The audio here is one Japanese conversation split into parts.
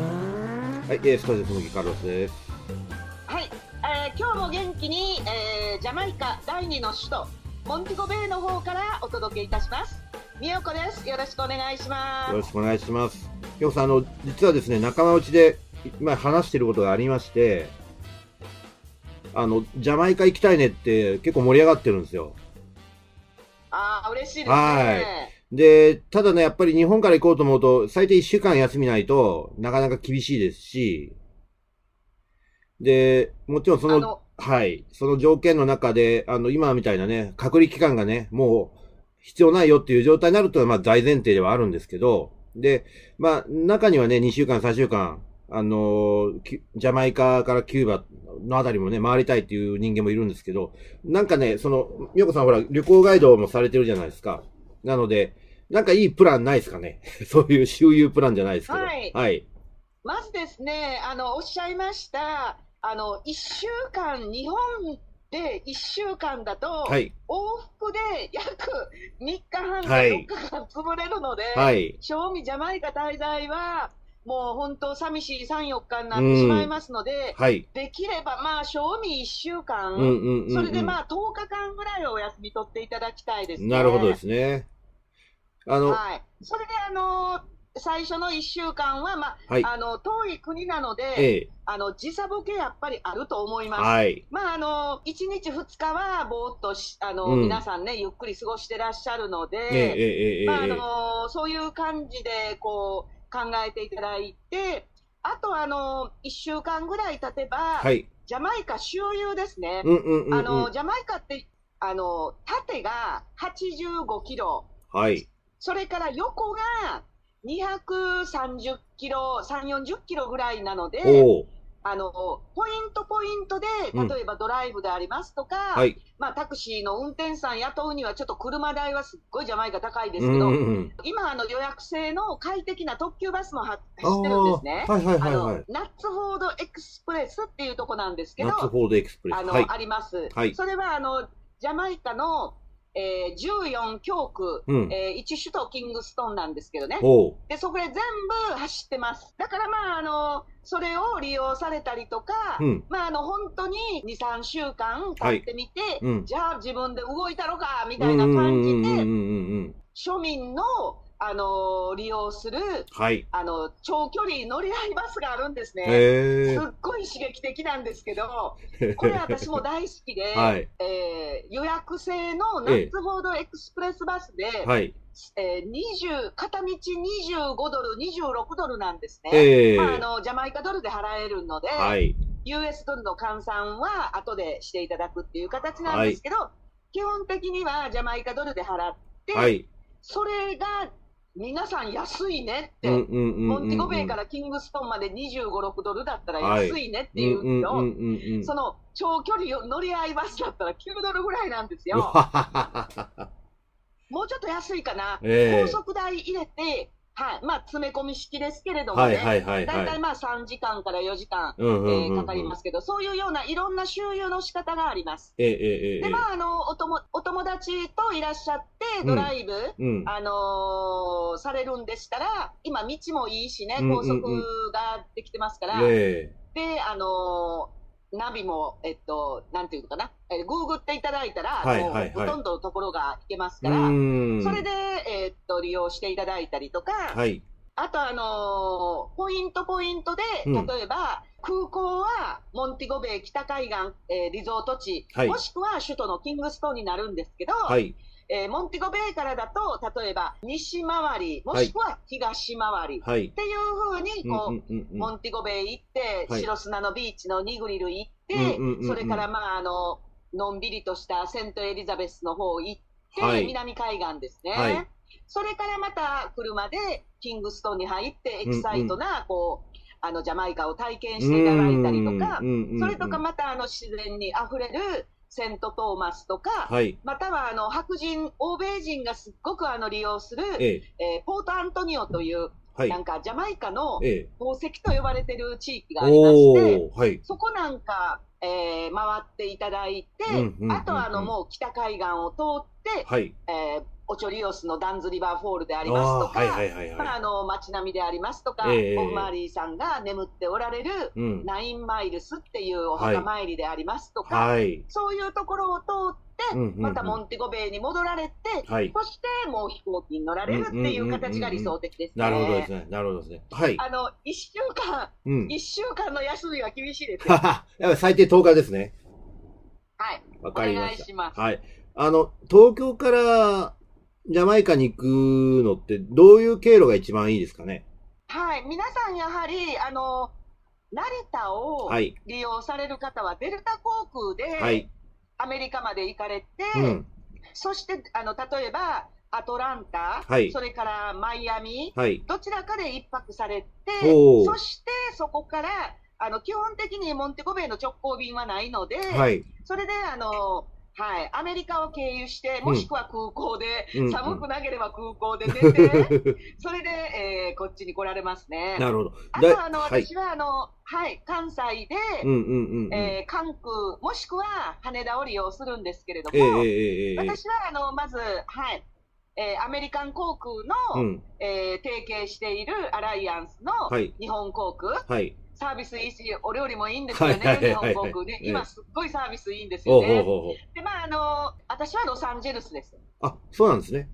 はい、えー、スタジオの木カルロスです。はい、えー今日も元気に、えージャマイカ第二の首都モンティゴベイの方からお届けいたします。みよこです。よろしくお願いしますよ。ろしくお願いします。ようさん、あの、実はですね、仲間内で、今話していることがありまして、あの、ジャマイカ行きたいねって結構盛り上がってるんですよ。ああ、嬉しいですね。はで、ただね、やっぱり日本から行こうと思うと、最低1週間休みないとなかなか厳しいですし、で、もちろんそあの、の、はい、その条件の中で、あの、今みたいなね、隔離期間がね、もう必要ないよっていう状態になるというのは、まあ、大前提ではあるんですけど、で、まあ、中にはね、2週間、3週間、あのーキュジャマイカからキューバのあたりもね、回りたいっていう人間もいるんですけど、なんかね、その、みよこさんほら、旅行ガイドもされてるじゃないですか。なので、なんかいいプランないですかね。 そういう周遊プランじゃないですけど。はいはい。まずですね、あのおっしゃいました。あの一週間日本で一週間だと、はい。往復で約3日半かはい4日間潰れるので、はい。賞味ジャマイカ滞在は、もう本当、寂しい3、4日になってしまいますので、はい。できれば、まあ、賞味1週間、うんうんうん、うん。それでまあ、10日間ぐらいはお休み取っていただきたいですね。なるほどですね。あの、はい。それで、あのー最初の1週間は、まあ、はいあの、遠い国なので、ええ、あの、時差ボケやっぱりあると思います。はい、まあ、あの、1日2日は、ぼーっとし、あの、うん皆さんね、ゆっくり過ごしてらっしゃるので、ええ、ええ、ええ、まああのそういう感じでこう考えていただいて、あと、あの1週間ぐらい経てば、はい、ジャマイカ周遊ですね、うんうんうん、あうのん、ジャマイカって、あの縦が85キロ、はい、それから横が230キロ、3、40キロぐらいなので、おお、あのポイントポイントで、うん例えばドライブでありますとか、はい、まあ、タクシーの運転手さん雇うには、ちょっと車代はすっごいジャマイカ高いですうけど、んうんうん、今あの予約制の快適な特急バスもはあ走ってるんですね。ーはいはいあはいのはい、ナッツフォードエクスプレスっていうとこなんですけナど、ッツフォードエクスプレス、あの、はい、あります。はいそれはあのジャマイカの、えー、14教区、うん、えー、1首都キングストンなんですけどね。おお、でそこで全部走ってます。だからまああのそれを利用されたりとか、うん、まああの本当に2、3週間経ってみて、うん、じゃあ自分で動いたのかみうたんいうなん感うんじうんうでんうん、庶民の、あのー利用するはい、あの長距離乗り合いバスがあるんですね。へすえっ、ごい刺激的なんです けど、へこれ私も大好きで、はい、えー予約制のナッツフォードエクスプレスバスで、はい、えー20片道25ドル、26ドルなんですね、ええ、まああの、ジャマイカドルで払えるので、はい、 US ドルの換算は後でしていただくっていう形なんですけど、基本的にはジャマイカドルで払って、はい、それが皆さん安いねって、うんうんうん、モンティゴベイかららキングストンまで25、6ドルだったらはい安いねってういんうんううんの、うんうん、その長距離を乗り合いバスだったら9ドルぐらいなんですうわよ。ははははもうちょっと安いかな。 え高え、速代入れて、はい、まあ詰め込み式ですけれどもはいね、はいはいだいたはいい、まあ3時間から4時間、うんえうんうんうーん、かかりますけど、そういうようないろんな周遊の仕方があります。ええ、ええ、ええで、、まあ、あの、おとも、お友達といらっしゃって、ドライブ、うん、あのーされるんでしたら、今、道もいいしね、うんうんうん高速ができてますから、ええ、で、あのーナビも、えっと、なんていうのかな、えーグーグっていただいたら、はいはいはいもうほとんどのところが行けますうから、ーん、それで、えっと、利用していただいたりとか、はい。あと、あのーポイントポイントで、うん例えば、空港はモンティゴベイ北海岸、えーリゾート地、はいもしくは首都のキングストンになるんですけど、はい。えーモンティゴベイからだと、例えば西回り、もしくは東回り、はいっ。ていうふうにこう、うんうんうんモンティゴベイ行って、はい白砂のビーチのニグリル行って、うんうんうんうんそれから、まあ、あの、のんびりとしたセントエリザベスの方行って、はい南海岸ですね、はいそれからまた車でキングストンに入って、エキサイトな、こう、あの、ジャマイカを体験していただいたりとかう、んうんうんそれとかまた、あの、自然に溢れるセントトーマスとか、はい。またはあの白人、欧米人がすっごくあの利用する、えええーポートアントニオという、はいなんかジャマイカのええ。宝石と呼ばれてる地域がありまおして、ー、はい。そこなんか、えー回っていただいて、うんうんうんうんあとはあのもう北海岸を通って、はい。えーオチョリオスのダンズリバーフォールであありますとか、ーはいはいはいまあ、はあの街並みでありますとか、ええボンマーリーさんが眠っておられるい。うん。ナインマイルスっていうお墓参りでありますとか、はい。そういうところを通っうて、んうんうんまたモンティゴベイに戻られて、はい。そしてもう飛行機に乗られるっていう形が理想的ですね。なるほどですね。なるほどですね。はい。あの1週間、うん。一週間の休みは厳しいですはよ。は。やっぱ最低10日ですね。はい、わおかりま願いした。します。はい。あの、東京からジャマイカに行くのって、どういう経路が一番いいですかねはい、皆さんやはり、あの、成田をはい。利用される方は、デルタ航空はでい。アメリカまで行かれて、うん。そして、あの、例えば、アトランタ、はいそれからマイアミ、はい。どちらかで一泊されて、おーそしてそこから、あの、基本的にモンテコベイの直行便はないので、はい。それで、あの、はい、アメリカを経由して、もしくは空港で、うんうん寒くなければ空港で寝 て、それで、えーこっちに来られますね。なるほど。あだとあの、はい。私はあの、はい、関西で、うんうんうんうん。ええー関空、もしくは羽田を利用するんですけれども、えええええええ私はあのまず、はいえーアメリカン航空うの、ん。えー提携しているアライアンスのはい日本航空、はい。サービスいいし、お料理もいいんですよね、はいはいはいはい日本航空ね、ええ今、すっごいサービスいいんですおようほうほね。うほう。で、まああの、私はロサンゼルスです。あ、そうなんですね。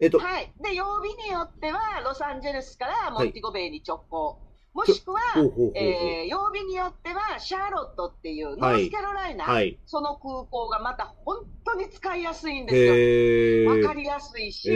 えっと、はい、で曜日によってはロサンゼルスからモンティゴベイに直行、もちょしくは、ほうほうほうほうえー曜日によってはシャーロットっていうノはいースカロライナ、はい。その空港がまた本当に使いやすいんですへよ、わー。かりやすいし、へ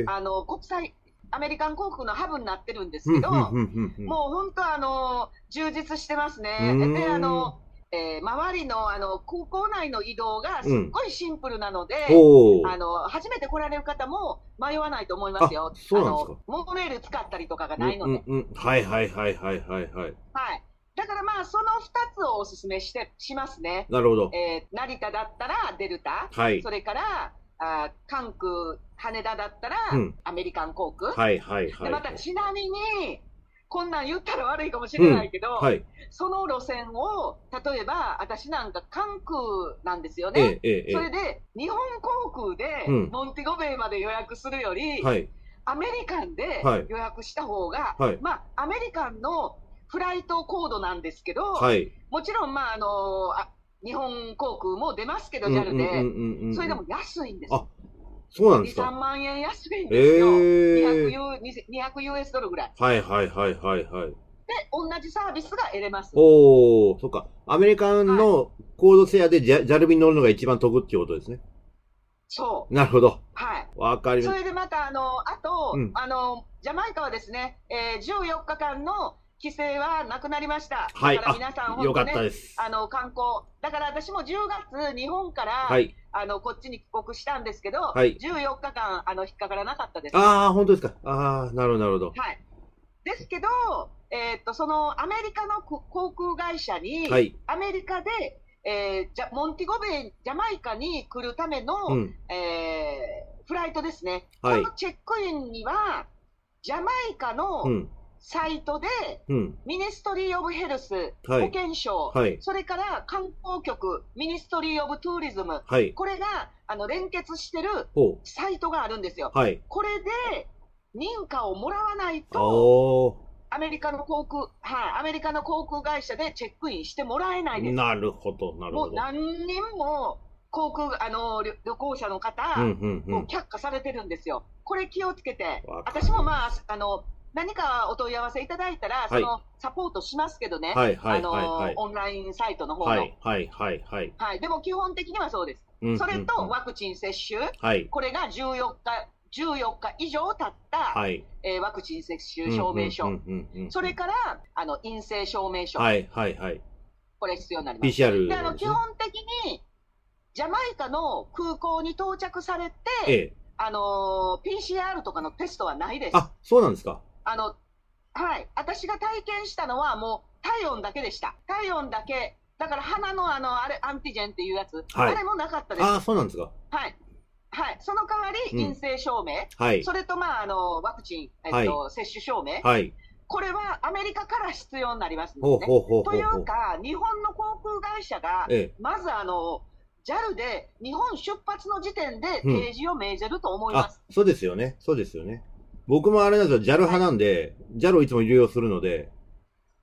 ー。あの国際アメリカン航空のハブになってるんですうんうけんど、うんうん。もう本当あの、充実してますねうーん。であのえー周りのあの空港内の移動がすっごいシンプルなので、おあー。の初めて来られる方も迷わないと思いますよ。あそうなんですかあのモノレール使ったりとかがうんないので、うんうん。はいはいはいはいはいはい。はい。だからまあその2つをお勧めしてしますね。なるほど。えー成田だったらデルタ、はいそ。れからあー関空羽田だったらうんアメリカン航空。はいはいはでい。またちなみに。こんなん言ったら悪いかもしれないけど、はい。その路線を例えば私なんか関空なんですよえねえ、ええ、えそれで日本航空でうんモンティゴベイまで予約するより、え。はい。アメリカンではい予約した方が、はいまあ、アメリカンのフライトコードなんですけど、はい。もちろん、まああのあ日本航空も出ますけど、うんうんう JAL んで、うんうん。それでも安いんですあそうなんで2、す3か。万円安いんですえよ、え。 200US ドルぐらい。はいはいはいはいはい。で、同じサービスが得れます。おー、そっか。アメリカンのコードシェアでジャジャル便乗るのが一番得っていうことですね。そなるほど。うはいわかりそましれでまた、あのあと、うんあのジャマイカはですね、えー、14日間の規制はなくなりました。た。はい。だから皆さん、あ、本よかっ当ねた、です。あの観光、だから私も10月、日本から、はい。あのこっちに帰国したんですけど、はい14日間あの、引っかからなかったです。はあー、本当ですか。あー、なるほど、なるほど。い、ですけど、えーっと、そのアメリカのこ航空会社に、はい。アメリカで、えーじゃモンティゴベイ、ジャマイカに来るための、うん。えーフライトですね、はいこのチェックインには、ジャマイカうのん。サイトで、うん。ミニストリー・オブ・ヘルス、はい保健省、はいそれから観光局、ミニストリー・オブ・トゥーリズム、はい。これがあの連結してるほサイトがあるんですよ。う。はい。これで認可をもらわないと、おアメリカの航空、はい、アメリカの航空会社でチェックインしてもらえないでー。す。なるほど、なるもほうど。何人も航空、あの旅旅行者の方、うん、うん、う。もうん却下されてるんですよ。これ気をつけてわ、かりました私もまあ、あの、何かお問い合わせいただいたら、そのサポートしますけどね。はい、はあい、のはい、はい。オンラインサイトの方の。ははいい、はい、はい、はい。でも基本的にはそうです。うんそれうんうとんワクチン接種、はい、これが14日、14日以上経った、はい。えーワクチン接種証明書。うんうんうんうんそれから、あの、陰性証明書。はい、はい、はい。これ必要になります。 PCR で、なあんでの、す基ね。本的に、ジャマイカの空港に到着されて、ええ。あのー PCR とかのテストはないです。ああ、そうなんですか。の、はい。私が体験したのはもう体温だけでした。体温だけ。だから鼻のあの、あれ、アンティジェンっていうやつ。はいあれもなかったです。ああ、そうなんですか。はい。はい、その代わりうん陰性証明、はい。それと、まあ、あのワクチン、えっと接種証明、はい。これはアメリカから必要になりますのほうで、ね。ほうほうほとういほうう。か、日本の航空会社が、ええ。まずあの JAL で日本出発の時点でうん提示を命ぜると思いまあす。、そうですよね。そうですよね。僕もあれなんですよ。JAL 派なんで、JAL をいつも利用するので、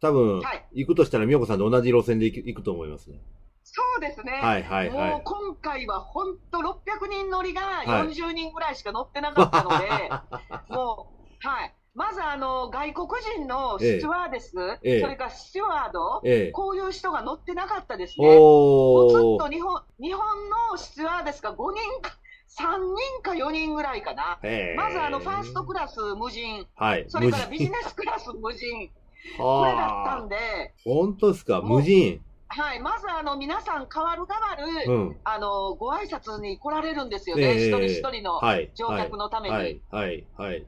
多分、はい行くとしたら、みよこさんと同じ路線で行く行くと思いますね。そうですね、はいはいはもうい。今回は本当、600人乗りがはい40人ぐらいしか乗ってなかったので、 もう、はい、まずあの外国人のスチュワーデス、ええそれからスチュワード、 ええ。こういう人が乗ってなかったですね。ぽつおんーと。日本日本のスチュワーデスが5人か、3人か4人ぐらいかな。へーまずあのファーストクラス無人、はい。それからビジネスクラス無人、これだった あんあ。で、本当ですかもう無人。はい、まずあの皆さん、変わる変わる、うん。あのご挨拶に来られるんですよね、ええ一人一人のはい。乗客のために。はい。はい。はい。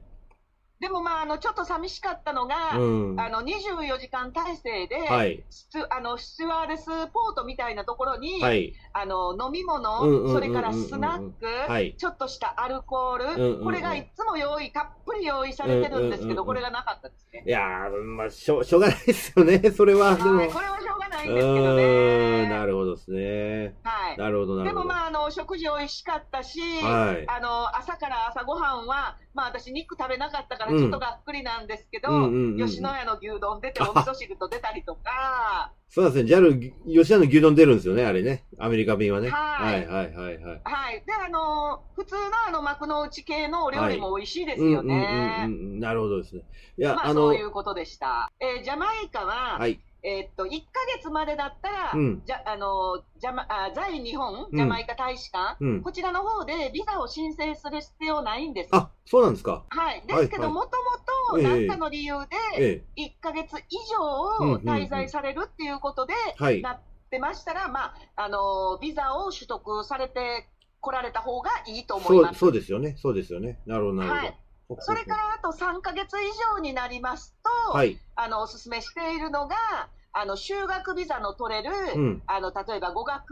でも、まああの、ちょっと寂しかったのが、うん。あの24時間体制で、はい。スチュあのスチュワーデスポートみたいなところに、はい。あの飲み物、うんうんうんうんうんそれからスナック、はい。ちょっとしたアルコール、うんうんうんこれがいつも用意、たっぷり用意されてるんですけど、うんうんうんうんこれがなかったですね。いやー、まあ、しょう、しょうがないですよね。それは、でも。はいうこれはしょうがないんですけどーん、なね。るほどですね。はい、なるほど、なでるほもど。まあ、あの食事美味しかったし、はい。あの朝から朝ごはんは、まあ、私、肉食べなかったから、ちうんょっとがっくりなんですけど、うんうんうんうん吉野家の牛丼出て、お味噌汁と出たりとか、そうですね。JAL、吉田の牛丼出るんですよね、あれね。アメリカ便はね。ははいい、はい、はい、はい。はい、であの普通のあの幕の内系のお料理も美味しいですうんうよんうんうね。ん。なるほどですね。いや、まああ、のそうい、うことでした。えージャマイカは、はい。えーっと1ヶ月までだったら、うんじゃあのジャマあ在日本うんジャマイカ大使館、うん。こちらの方でビザを申請する必要ないんです。あ、そうなんですか。はい、ですけど、はいもともとええ何かの理由で、え1ヶ月以上を滞在されるっていうことで、え。はい。なってましたら、まああのビザを取得されてこられた方がいいと思いそう、ます。そうですよね。そうですよね。なるほど、なるほど。はいほっほっほそれからあと3ヶ月以上になりますと、はい。あのお勧めしているのが、あの修学ビザの取れる、うん。あの例えば語学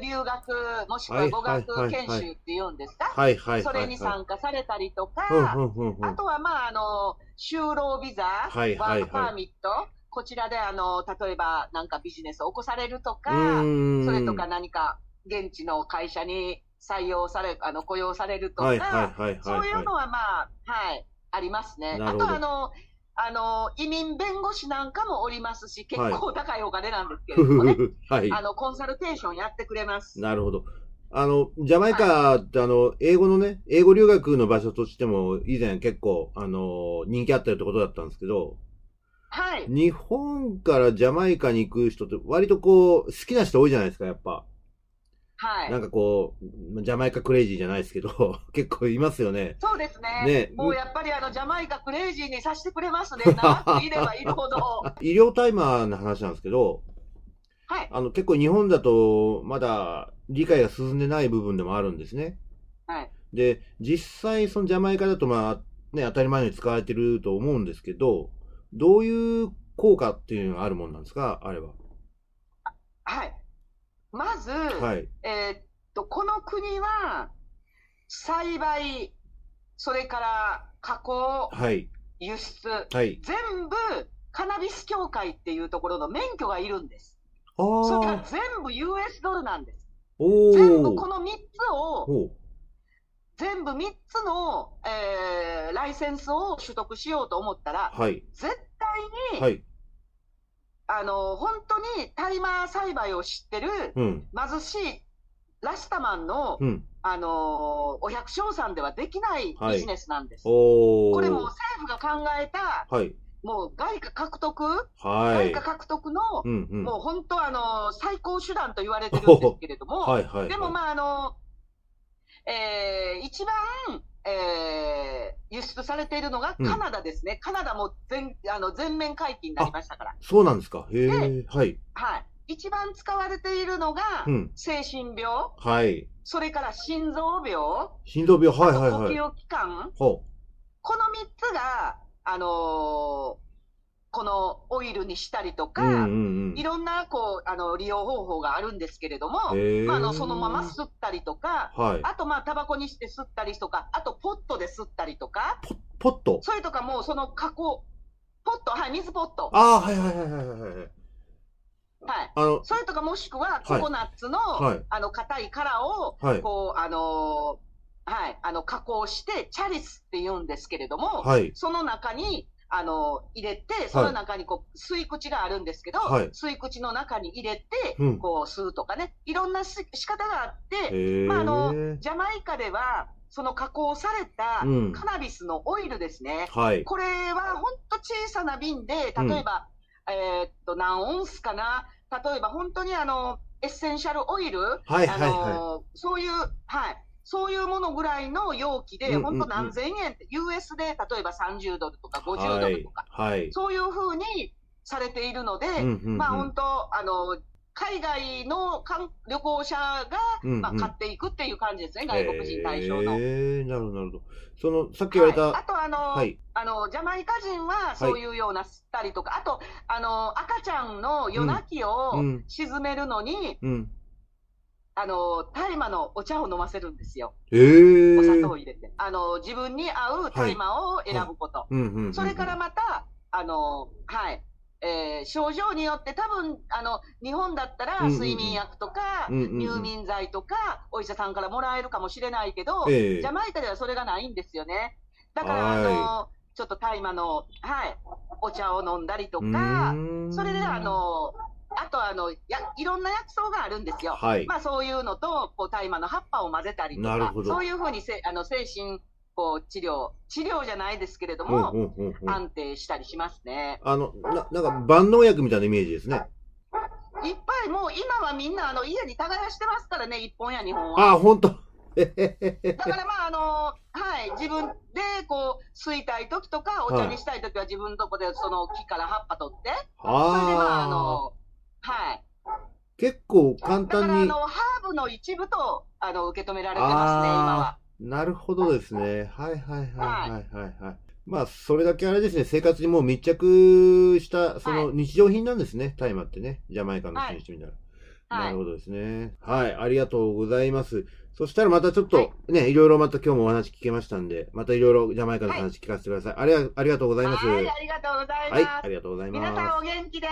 留学、もしくははい語は学いはい研はい修っていうんですか、はい、はい、はい。それにはい参加されたりとか、うん、うん、うん、うあん。とは、まあ、あの就労ビザ、はいはいはいワークパーミット、こちらであの例えばなんかビジネスを起こされるとうか、ーんそれとか何か現地の会社に採用されあの雇用されるとか、はい、はい、はい、そうはいいうのはは、まあはい、ありますね。なあるほとどはあのあの移民弁護士なんかもおりますし、結構高いお金なんですけい。れどふも、ふねふ。はい。あのコンサルテーションやってくれます。なるほど。あの、ジャマイカって、あの、英語のね、英語留学の場所としても、以前結構、あの、人気あったってことだったんですけど、はい、日本からジャマイカに行く人って、割とこう、好きな人多いじゃないですか、やっぱ。はいなんかこう、ジャマイカクレイジーじゃないですけど、 結構いますよね。そうですねねもうやっぱりあのジャマイカクレイジーにさせてくれますね、 長くいればいるほど。は医療タイマーの話なんですけど、い、あの、結構日本だと、まだ理解が進んでない部分でもあるんですね。はい、で、実際、そのジャマイカだと、まあ、ね、当たり前のように使われてると思うんですけど、どういう効果っていうのがあるもんなんですかあれば。はい、まず、はい。えーっと、この国は栽培、それから加工、はい。輸出、はい。全部カナビス協会っていうところの免許がいるんです。あそれからあ。全部 US ドルなんです。おー全部この3つを、おう全部3つの、えーライセンスを取得しようと思ったら、はい。絶対に、はい。あの本当にタイマー栽培を知ってるうん。貧しいラスタマンの、うん。あのお百姓さんではできないビジネスなんです。おーこれもう政府が考えた、はい。もう外貨獲得、はい外。貨獲得の、うんうん。もう本当、あの最高手段と言われてるんですけれども、 はいはい。でもまあ、あのえー一番、えー輸出されているのがうんカナダですね、カナダも全あの全面解禁になりましたから、そうなんですか。へえ。はい。はい、一番使われているのが、うん。精神病、はい。それから心臓病、心臓病。はいはい呼はい。吸器官、ほこの3つが、あのーこのオイルにしたりとか、うんうんうんい。ろんなこうあの利用方法があるんですけれども、へーまあ、あのそのまま吸ったりとか、はい。あとまあタバコにして吸ったりとか、あとポットで吸ったりとか、ポットそれとかもうその加工、ポット、はい、水ポット、はああ、はいはいはいはいはいはい。い、あの、それとかもしくはココナッツの、はいあの硬い殻を、はい。こう、あのーはい、あの加工して、チャリスって言うんですけれども、はい。その中に、あのー入れて、その中にこう、吸い口があるんですけど、はい吸い口の中に入れて、うんこう吸うとかね、いろんなし仕方があって、へえ。まああのジャマイカでは、その加工されたうんカナビスのオイルですね、はい。これは本当小さな瓶で、うん例えば、えーっと、何オンスかな、例えば本当にあの、エッセンシャルオイル、はいあはいのはそういう、はい、そういうものぐらいの容器うんで、うんうん本当何千円って、US で例えば30ドルとかい。 50ドルとか、はい。はい。そういうふうにされているので、うんうんうんまあ本当、あの、海外の観旅行者が、うんまあ、うん買っていくっていう感じですね、外国人対象の。へえ、なるほどなるほど。その、さっき言われた、はい、あとあの、はい。あの、ジャマイカ人はそういうような吸ったりとか、あと、あの、赤ちゃんの夜泣きをうん沈めるのに、うん。あの、大麻のお茶を飲ませるんですよ。へえ。お砂糖を入れて。あの、自分に合う大麻を選ぶこと。うんうんうんうん。それからままた、あの、はい。えー症状によって多分、あの、日本だったらうんうんうん睡眠薬とか、うんうんうん入眠剤とか、お医者さんからもらえるかもしれないけど、ええジャマイカではそれがないんですよね。だから、はいあの、ちょっと大麻の、はい、お茶を飲んだりととか、、それで、あ、の、あと、あの、や、いろんな薬草があるんですよ。はい。まあ、そういうのと、こう、大麻の葉っぱを混ぜたりとなるかほ、どそういうふうにせ、あの、精神、こう、治療、治療じゃないですけれどうんも、うんうんうん安定したりしますね。あの、な、なんか万能薬みたいなイメージですね。いっぱいもう今はみんなあの家に耕してますからね、一本や二本は。ああ、ほんと。えへへへ。だからまああの、はい、自分でこう、吸いたい時とか、お茶にしたい時は自分のとこでその木から葉っぱ取って、それでまああああ、の、はい。結構簡だから単あにの、。ハーブの一部と、あの、受け止められてますね、今は。なるほどですね。はいはいはいはいはいはい。まあ、それだけあれですね、生活にもう密着した、その日常品なんですね、大麻ってね、ジャマイカの人にしてみたら。はないる。ほどですね。はい、ありがとうございます。そしたらまたちょっはといね、いろいろまた今日もお話聞けましたんで、またいろいろジャマイカの話聞かせてください。ありがありがとうございます。はい、はありがとうございいま、あす。りがとうござい皆まさす。んお元気で